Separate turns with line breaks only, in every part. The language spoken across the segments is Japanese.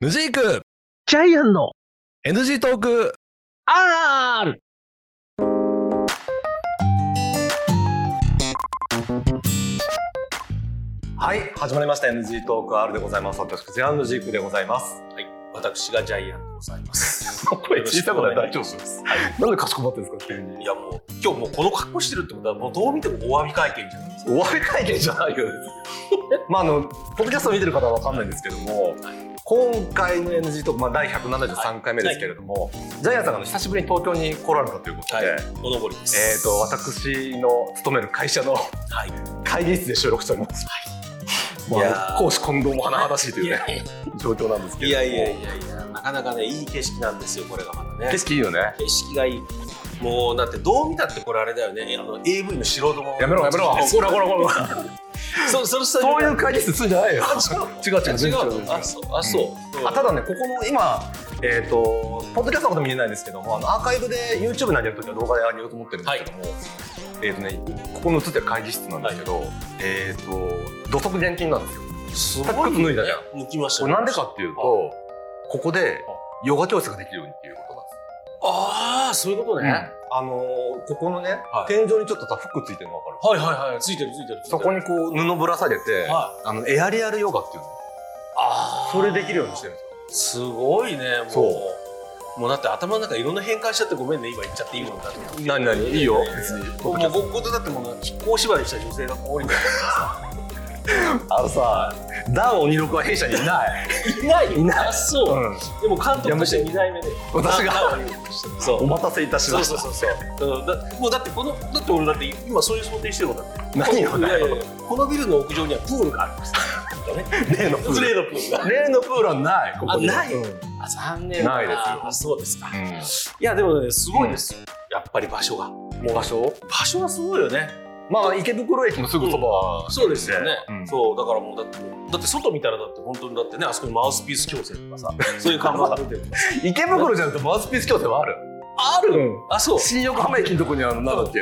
ヌジーク
ジャイアンの
NG トーク
R!
はい、始まりました NG トーク R でございます。私、ジアンヌジークでございます。
私がジャイアンでござい ます。
声
小さくない大丈夫
です。なんでかしこまってるんですか、急に。
いやもう今日もうこの格好してるってことはもうどう見てもお詫び会見じゃないですか。
お笑い会見じゃないよ。 まあ、あの、ポッドキャスト見てる方はわかんないんですけども、今回の NG トーク、まあ、第173回目ですけれども、ジャイアンさんがあの久しぶりに東京に来られたということで、えっ、
おのぼりです。
と、私の勤める会社の
はい。
会議室で収録しております。
い
まあ
やー
公私混同も甚だしいとい
いう
ね
やい
状況なんですけれど
や
も
いやいやいやなかなかねいい景色なんですよこれがまたね
景。色いいよね
景色がいい。もうだってどう見たってこれあれだよねあの AV の素人も
やめろやめろこらこらこら
そうその下に
そういう会議室するんじゃないよ
あ
違う違う
違
全然違う
う違うあそうあそう、
あただねここの今えっ、とポッドキャストのこと見れないんですけどもあのアーカイブで YouTube に上げるときは動画で上げようと思ってるんですけども、えっ、とねここの映ってる会議室なんですけど、えっ、と土足厳禁なんですよ
す
さっ
ご
き
い
靴脱いだじゃん
抜きました
これなんでかっていうとここで
あ
ヨガ教室ができるようにっていうことなんです
ああそういうことね、
あのーここのね、
はい
天井にちょっとさ服ついてるの分かる
はいはいはいついてるついてるついて
そ
る
こにこう布ぶら下げて、
はい
あのエアリアルヨガっていうの
あー
それできるようにしてるんですよ
すごいねもう
そ
もうだって頭の中いろんな変換しちゃってごめんね今言っちゃっていいもんだって
何何いいよ別に
もうもうここでだってもう亀甲縛りした女性が多いんだよ
あのさダン鬼の子は弊社にいない、
いないいないあそう、でも監督として
や
2代目で
私が
ああああそう
お待たせいたし
そ
ま
う
し
そう
た
そうそう、うん、だもうだってこのだって俺だって今そういう想定してるもんだって
何よ
いやいやいやこのビルの屋上にはプールがあるんです
例のプー
例
ル
のプールが
例のプールはないここに
あない
うん
あ残念
ないですよ
あそうですかいやでもねすごいですよ、やっぱり場所が
もう場所
場所がすごいよね
まあ池袋駅のすぐそば、
そうですよね、
うん
そうだからもうだってだって外見たらだって本当にだってねあそこにマウスピース矯正とか さそういう看板が出てる
池袋じゃなくてマウスピース矯正はある
ある、
うん
あそう
新横浜駅のとこにあのなんだっけ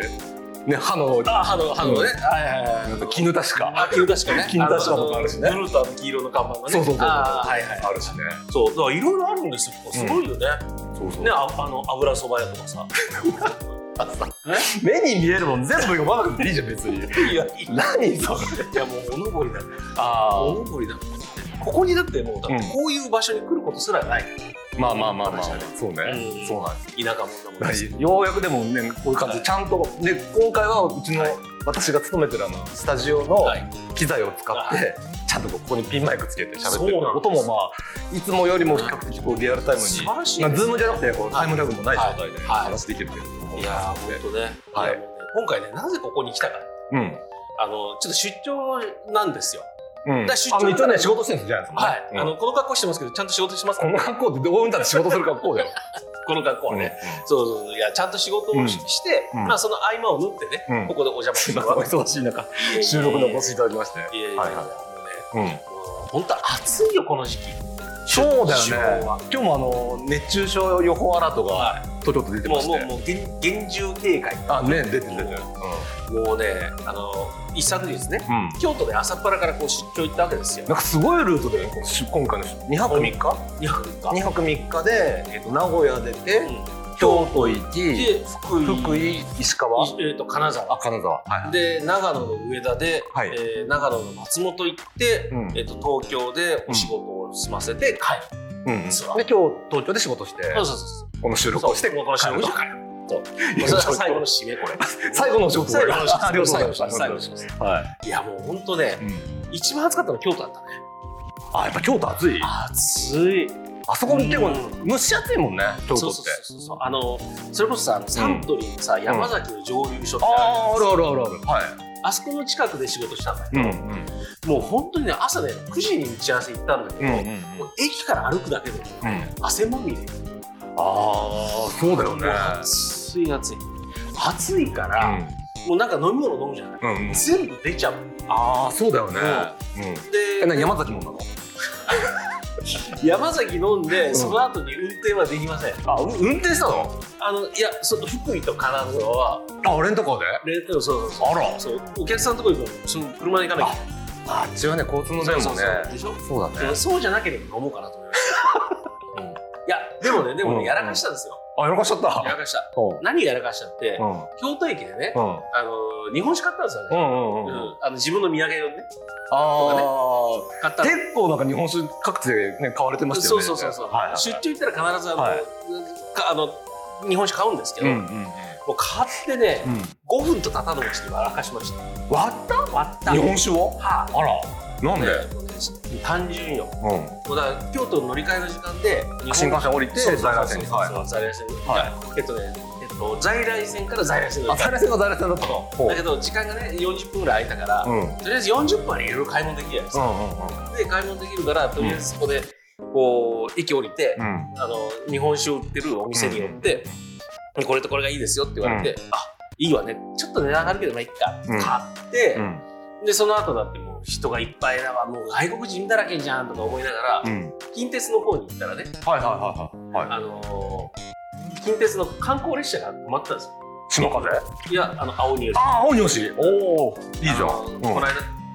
ね歯の
あ歯の歯のね、はいはいはい
なんか絹出しか
あ絹出しかね
絹出しかとかあるしね
のブルーとあの黄色の看板がね
そうそうそう
あーはいはい
あるしね
そうだからいろいろあるんですよすごいよね、
そうそう
ねああの油そば屋とかさ
目に見えるもん全部読まなく ていいじゃん別に
いや い
何それ
やもうおのぼりだお
あ
のぼりだここにだってもうだってこういう場所に来ることすらない、
あまあまあまあまあ
確かに
そうね、
うん
そうなんです
田舎者だもんね
ようやくでもねこういう感じでちゃんとで今回はうちの、私が勤めてるあのスタジオの
はい
機材を使って、
は
ちゃんとここにピンマイクつけて喋っ
そう
てる
なんです
音もまあいつもよりも比較的こうリアルタイムに
素晴らしい
ま
ね
あ、ズームじゃなくてこうタイムラグもない状態で
はい
話できるっていうのも
いやー、本当ね。
はい
いやもうね今回ね、なぜここに来たか。
うん
あの、ちょっと出張なんですよ。
うん、
だから出張
あの一応ね仕事してるんですじゃないですか、
はい。
うん
あの、この格好してますけど、ちゃんと仕事してます
こ
か
の格好ってどう見たら仕事する格好だよ、
この格好はね。そうそうそう。いや、ちゃんと仕事
う
を
ん
しして、
うん
まあ、その合間を縫ってね、
うん
ここでお邪魔
す
す
いま
る
せんお
わけ
忙しい中
で
収録にお越しいただきまして
いやいやいや、
はい
もう
は
ね、
い、うん
もう本当暑いよ、この時期。
そうだ
出
よ
張
ね
は。
今日もあの熱中症予報アラートが
は
東京都出
い。
て
も
ま
う、
し
もう、
て
もう、厳厳重警戒。
あね出てる出てる
もうね、あの、一昨日ですね。
うん、うん、
京都で朝っぱらからこう出張行ったわけですよ。
なんかすごいルートでねこのし今回の2泊3日
2泊3
2
日。
泊3日で、えっと名古屋出て、
うん
京都行き
で、福井。
福井石川
いえーと金沢
あ金沢はいはい
で長野の上田で、
はい
えー長野の松本行って、
うん
えー、と東京でお仕事を済ませて帰る、
うんうんで
実は
今日東京で仕事して
そうそうそう
この収録
そう
をして
もうこの仕
帰
事
る
して
と
帰る
いや
それ
ちょ
が
っと
最後の締めこれ
最後のお仕事
最後のお仕
あ
事
りがとうございま
最後のお
す
仕事最後のお仕事
はい
いやもう本当ね
うん
一番暑かったのは京都だったね
あやっぱ京都暑い
暑い
あそこ結構
うん
蒸し暑いもんね京
そ
都
う
っ
そう
て
そうそうあのそれこそさあのサントリーのさ、山崎の蒸留所ってあ
あああるあるあるあるはい
るあそこの近くで仕事したんだけ
う
ど、
んうん
もう本当にね朝ね9時に打ち合わせ行ったんだけど、
うんうん
もう駅から歩くだけでも
うんうん
汗まみれ
ああそうだよね
もう暑い暑い暑いから、もうなんか飲み物飲むじゃない
うんうんうん
全部出ちゃう
ああそうだよねうん
で
えな山崎もなの
山崎飲んで、
うん
その後に運転はできません
あう運転したの
あのいやその福井と金沢は
あレンタカーで
レンそうそうそう
あら
そうお客さんのとこ行くのその車で行かなきゃい
あっちはね交通の
けない
便もね
そうそうそうでしょ
そうだ
でも
ね
そうじゃなければ飲もうかなと思いまでもね、でも
うん
ね、やらかしたんですよ。
あ、やらかしちゃっ
やら
た。
かした。
うん。
何やらかしたって
う、ん。
京都駅でね、
うん。
あの、日本酒買ったんですよ
うん
ね。
うん
う
うん。
んあの自分の土産をね、
あ
買った
あ。
の
結構なんか日本酒各地でね、買われてました
そ
よ
う
ね。
そうそうそう
はいはい。
出張行ったら必ずあの、
はい
かあの、日本酒買うんですけど、
うん
もう買ってね、
うんうん。
5分と経たのうちに笑かしました。
割った
割った
日本酒を
は
あら。なん
あ
で
ねもうね単純よ。
う
もうだから京都の乗り換えの時間で、日
ん。新幹線降りて、
そう
在来線に。
そうそう
は
在来線。
は
えっとね、えっと、在来線から在来線
い。あ、
の。
在来線が在来線だったの。ほ
だけど、時間がね、40分ぐらい空いたから、
う。うん。うんうん
とりあえず40分はいろいろ買い物できるじゃないですか。で、買い物できるから、とりあえずそこで、こう、駅降りて、
うん。うん。
あの、日本酒を売ってるお店に寄って、これとこれがいいですよって言われて、あ、いいわね。ちょっと値段上がるけど、まあいっか。
うん
買って、
うん。
で、その後だってもう人がいっぱいだわ、もう外国人だらけじゃんとか思いながら、
うん。
近鉄の方に行ったらね、
はいはいはいはい。は
あのー近鉄の観光列車が止まってたんですよ。
い。篠風
いや、あの、青により。
ああ、青によし。おお、いいじゃ
あ
ん。
の
うん
この間、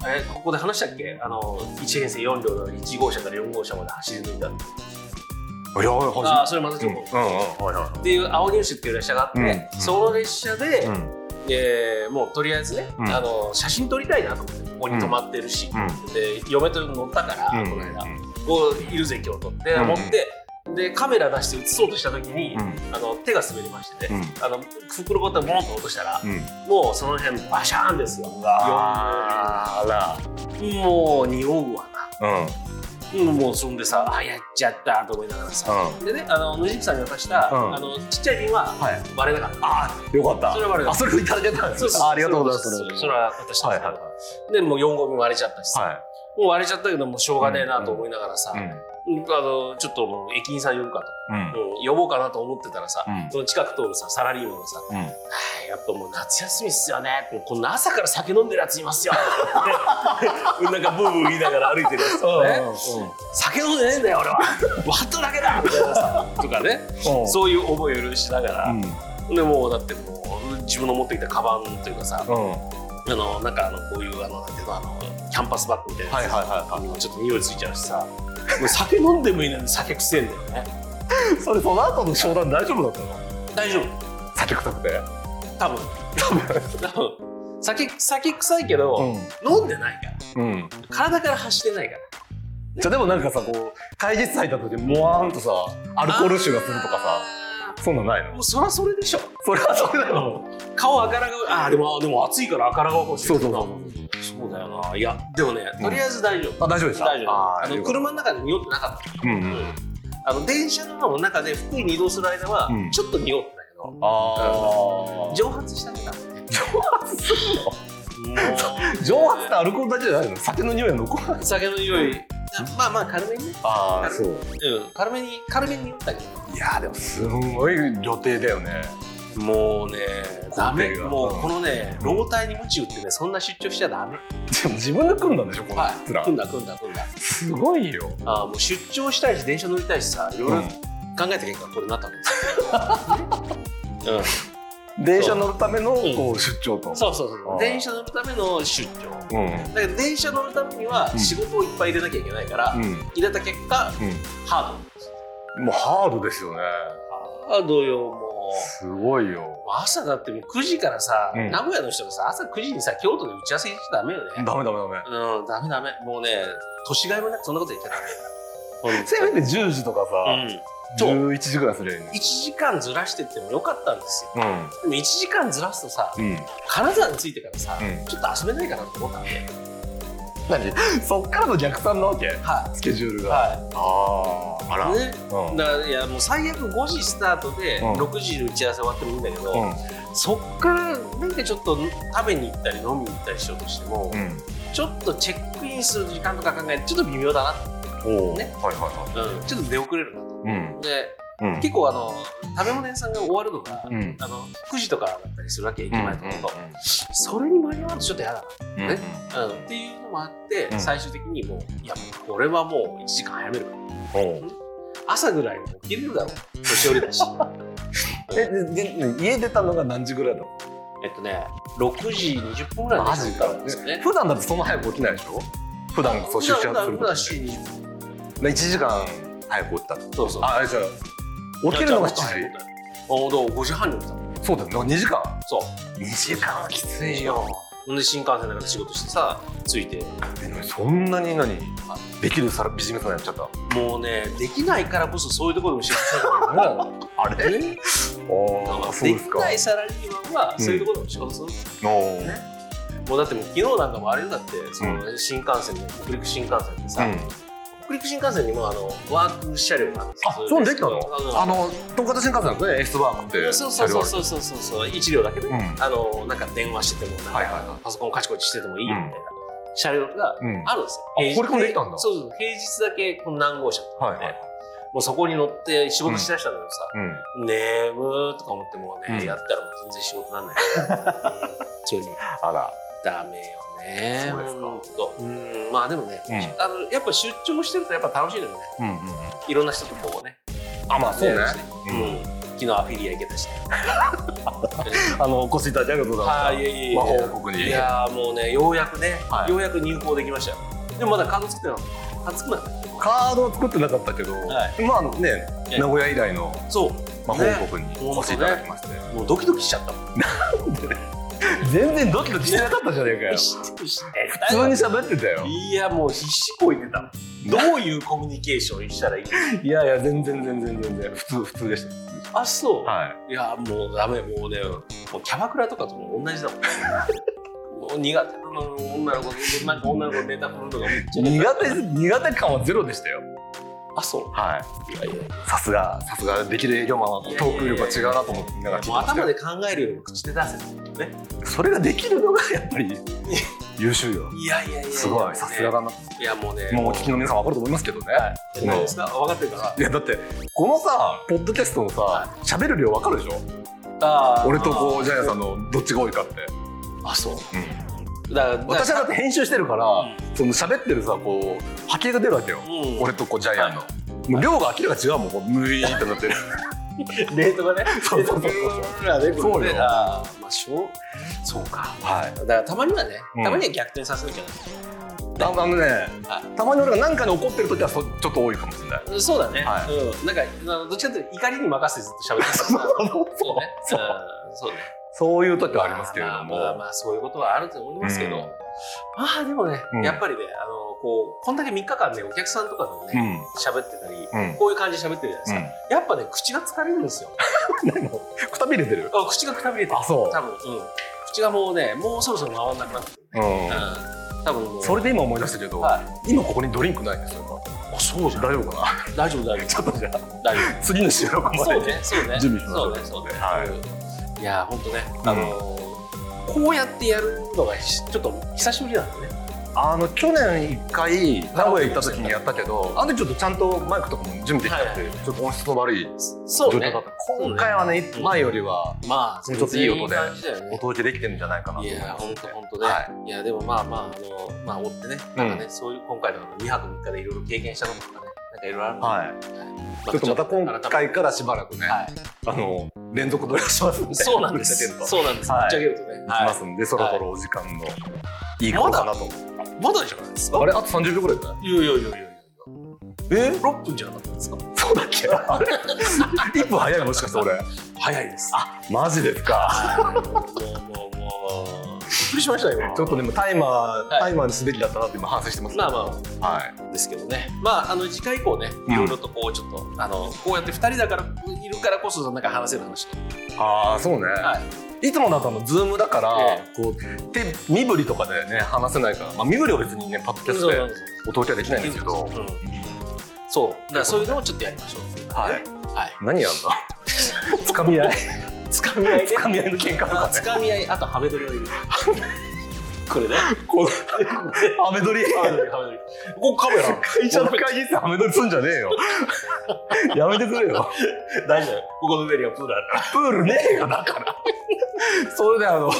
えここで話したっけあの、1編成4両の1号車から4号車まで走り抜いた。
いや、はじ
ああ、それまた
う
ち
ん、
ょ
うん、う
っ
ん、
と。
はいは
っていう青入手っていう列車があって、
うん
その列車で、
い。うん、
えーもうとりあえずね、
うん
あの写真撮りたいなと思ってここに泊まってるし、で嫁と乗ったから、
うん、
この間
うん
こういるぜ今日とって
うん
思って、でカメラ出して写そうとした時に、
うん、
あの手が滑りまして
う
ね、
ん、
あの袋ごとボンと落としたら、
うん。
もうその辺バシャーンですよ
あら、
もう匂うわな
うん、うん、
うんもうそんでさあやっちゃったと思いながらさ、でねあの野宿さんに渡した、
うん
あのちっちゃい瓶は
はい。
バレなかった
ああ、よかった。
それはあれだ
あ、それをいただけたんですあありがとうございます。
それそれは私
はい、はい、
でもう4合目割れちゃったしさ、
はい。
もう割れちゃったけどもうしょうがねえなと思いながらさ、
はい。
うんあのちょっともう駅員さん呼ぶか
うん、うん
と、、うん、呼ぼうかなと思ってたらさ、
うん
その近く通るさサラリーマンがさ「
うん。
はいやっぱもう夏休みっすよね」ってこんな朝から酒飲んでるやついま すよ」なんかブーブー言いながら歩いてるやつとかね「酒飲んでねえんだよ俺はワットだ けだ!」みたいなさとかね
うん、
そういう思いを許しながら、
うん、
でもうだってもう自分の持ってきたカバンというかさ、
うん、
あのなんかあのこういうあのなんていうのあのキャンパスバッグみたいな
はい、はい、
やつ
は
にもちょっと匂いついちゃうしさもう酒飲んでもいいのに酒くせえんだよね
い。それ、その後の商談大丈夫だったの。
大丈夫
酒臭くて。
多分多分多分酒酒臭いけど、飲んでないから
うん、うん。
体から発してないから
じゃ、でも、なんかさ、こう、会議室入った時、もわーんとさ、アルコール臭がするとかさ。
さ
そんなんないの。
もうそらそれでしょ
それはそれだよ。
顔あから顔あーでもでも暑いからあから顔かもしれない
そうそう
そうそうだよないやでもねとりあえず大丈夫、
あ、大丈夫でした。
大丈夫あ
あー
の。車の中で匂ってなかった
うんうん。
あの電車の中で福井に移動する間は
うん
ちょっと匂ってたけど、
ああ。
蒸発したんだも
蒸発する
う
の。蒸発ってアルコールだけじゃないの。酒の匂いは残らない。
酒の匂いまあまあ軽めにね、
あ。
ーそううん、軽めに軽めに酔ったけ
いやーでもすごい旅程だよね。
どもうねダメ
工程が
もう
うん
このね老体に鞭打ってねそんな出張しちゃダメ
でも自分で組んだんでしょこの
はい
プラ
組
ン。
んだ組んだ組んだ
すごいよ。
あーもう出張したいし電車乗りたいしさいろいろ考えた結果これになったわけですよ、
電車乗るための
ん
こう出張と
うん、。そうそうそ
あー
う電車乗るための出張
うん。うん。
だけど電車乗るためには
うん
仕事をいっぱい入れなきゃいけないから、入れた結果、ハー
もうハードですよね。
ドハードよもう
すごいよ。
朝だってもう9時からさ、
うん
名古屋の人がさ朝9時にさ京都で打ち合わせしちゃダメよね
ダメダメダメ。
うんダメダメもうね年がいもなくそんなこと言っちゃダメ 本
せ
当に
めて10時とかさ、
うんそう
11時ぐらいするよね。
1時間ずらしてってもよかったんですよ
うん
でも1時間ずらすとさ
うん
金沢に着いてからさ、
うん
ちょっと遊べないかなと思ったんで
何そっからの逆算なわけ
は
スケジュール
い
が
は
あああら
いね
うん
だからいやもう最悪5時スタートで
うん
6時に打ち合わせ終わってもいいんだけど、
うん
そっからなんかちょっと食べに行ったり飲みに行ったりしようとしても、
うん
ちょっとチェックインする時間とか考えてちょっと微妙だな、
おー
ね
はいは
うん、ちょっと出遅れるなと
いはいうん
で
うん
結構あの食べ物屋さんが終わるのが、
うん
あの9時とかだったりするわけ駅
うんうん
前とかだと、それに間に合うとちょっと嫌だ
うん
ねな、うん、っていうのもあって、
うん
最終的にもういやこれはもう1時間早めるわ
おー
朝ぐらいに起きれるだろ う年寄りだし
えででで家出たのが何時ぐらいだっ
えっとね6時20分ぐら
た
いに着いたんですよ
ね
ね
普段だってそんな早く起きないでしょ普段そう出社する
普段普
と
段7時20分
1時間早く起きた
そうそう
ああれじゃあ起きるのが7
じゃあ
時。
おどう5時半に起きたの
そうだよ、だから2時間。
そう
2時間はきついよ。
ほんで新幹線の中で仕事してさ着いて
え何そんなに何できるさビジネスマンやっちゃった。
もうねできないからこそそういうところでも仕事してる
あれああ、そう
で
です
き
か。
ないサラリーマンはそういうところでも仕事する、
の
ねもうだってもう昨日なんかもあれよだってその
う
新幹線で北陸新幹線で
う
さ、
ん。
北陸新幹線にもあのワーク車両があるんですよ
あ、そうできたの
うん
あの、東方新幹線なんですね、エスバークって。
そうそうそうそうそうそうそう1両だけで、
うん
あのなんか電話しててもなんか
はいはいは
パソコンカチコチしててもいいよ
うん
みたいな車両が
い。うん。
あるんです
あ
よ、平日
放り込んできたんだ
そうそう平日だけこの何号車とか
は
で、
いはい。
もうそこに乗って仕事しだしたんだけどさ、
うん。
眠ーとか思ってもうね、
うん
やったらもう全然仕事なんない。本当に
あら。
ダメよね。
そうですか
ほんとうん、まあでもね、
うん
あのやっぱ出張してるとやっぱ楽しいのよね。
うんうんうん。
いろんな人とこうね。
あ、まあそうね。
うん。昨日アフィリア行けたしね。
あの、お越しいただきありがとうございました。
はい、いえいえい
魔
え。
法王国に。
いやーもうね、ようやくね、
はい
ようやく入校できましたよ。でもまだカード作ってなかった。カード作んなかっ
カードは作ってなかったけど、
は
まあね、
ええ
名古屋以来の
た。そう。
魔法王国に
ね
お越しいただきまして、
もうドキドキしちゃったもん。
全然ドキドキしてなかったじゃねえかよ
知ってる知ってる
普通に喋ってたよ
いやもう必死こいてたもんどういうコミュニケーションしたらいいの
いやいや全然全然全然普通普通でした
あそう、、
はい
やもうダメもうねもうキャバクラとかとも同じだもん もう苦手なの女の子なんか女の子ネタ振るとかめっ
い
ちゃ苦手
苦手苦手感はゼロでしたよ
あそ
は
ういやいや
いさすがさすができる営業マンはトーク力は違うなと思ってみんなが聞いて
も
ま
う
した
頭
よ
で考えるよりも口で出せってね
それができるのがやっぱり優秀よ
いやいやいや
すごいさすがだなも
いやもうね
うお聞きの皆さん分かると思いますけどね
どうですか分かってるか
いやだってこのさポッドキャストのさ喋る量分かるでしょ
なあー
俺とこうジャイアンさんのどっちが多いかって
あそうだからだから
私はだって編集してるから、その喋ってるさこう波形が出るわけよ、
うん
俺とこうジャイアンの、もう量が明らか違うもんこうムイーってなってる
レートがね
そうそうそう
レートが
そう
ね
よ
あーまあしょうそうか
はい
だからたまに はね、
うん
たまには逆転させるけど
あのあのね
は
たまに俺が何かに怒ってる時はそちょっと多いかもしれない
そうだね、
は
うん、なんかあのどっちかというと怒りに任せてずっと喋ってた そうね
そう
うんそうね
そういう時はありますけれども、
まあまあまあそういうことはあると思いますけど、
うん
まあでもね、
うん
やっぱりねあのこうこんだけ3日間ねお客さんとかと
う
ね
ん
喋、ってたり
うん
こういう感じで喋ってるじゃないですか、やっぱね口が疲れるんですよ
うん、くたびれてる
あ口がくたびれてる
あそう
多分、うん、口がもうねもうそろそろ回らなくなってく
う
る、
ん
うん、多分もう
それで今思い出したけど、
は
今ここにドリンクないんですよ
あそうじゃん
大丈夫かな
大丈夫 大丈夫
ちょっとじゃあ
大丈夫
次の収録まで
そうね、そうね。
準備しましょう
そうね、そうね。
はい
い、や、本当ね、あのーこうやってやるのがひちょっと久しぶりなんでね。
あの去年一回名古屋行った時にやったけどあの時ちょっとちゃんとマイクとかも準備できちゃって、
は
ちょっと音質の悪い
そ
状態だった、今回はね、
うん
前よりは
まあ、
ちょっといい音で
全然感じだよ
お
ね。
届けできてるんじゃないかなと
い
思い
や、
ます
本当本当ね。、
はい
や、でもまあまあ、あのーまあ、追ってね、なんかね、そういう今回のあの2泊3日でいろいろ経験したこととかね、なんかいろいろあるので、
はい、
ま
ちょっとまた今
改
回からしばらくね、
めてはい
あの連続撮りをしますんで
そうな んです。
ぶっちゃ
そうなんです。ぶ
はい
っちゃけるとね。
けるとしますんで、そろそろお時間のいい頃かなと、
い。まだじゃないですか
あれあと30秒ぐらいだね
いやいやいやいやいや。え ?6 分じゃなかったですか
そうだっ けあれ1分早いのもしかして俺
早いです。
マジですか
もうもうもうびっくりしましたよ。
ちょっとでもタイマー、
はい
タイマーにすべきだったなって今反省してます
まあま
あはい
あですけどね。まああの次回以降ね、
ん
いろいろとこうちょっと、あのこうやって二人だからいるからこそなんか話せる話と。
ああそうね、、
はい
つもだとあのズームだから、
え
こう手身振りとかでね話せないから、まあ、身振りは別にねパッドキャストでお届けはできないんですけど
うんそう。だからそういうのをちょっとやりましょう。
はい。
はい。
何やんだつかみ合い
つかみ合いね。
つかみ合いの喧嘩とか
あつかみ合い。あとハメ撮りがいる。これね。
こう雨撮り
ハメ撮りハメ撮り。ここカメラ。
会社の会議室で雨撮りすんじゃねえよやめてくれよ
大丈夫。ここの上にはプールあるから。
プールねえよだからそれであの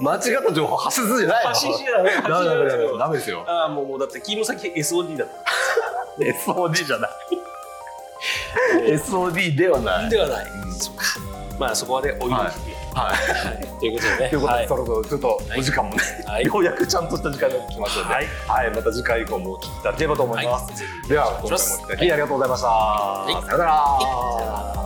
間違った情報発信するじゃないよ
発信しな
ダ
い
メダメダメダメですよ
ああもうもうだって勤務先 SOD だっ
SOD じゃない
た。
SOD ではない
ではない。
うん
そっか。まあそこはね、お湯を引くよ
はい
はい。 ということでね。
ということで、
はい
そろそろちょっとお時間もね、
はい。
ようやくちゃんとした時間が来ましたので、
はい
はいまた次回以降もお聞きいただければと思います、
はい
では今回もお聞きいただきありがとうございました、
い
さよなら、
じゃあ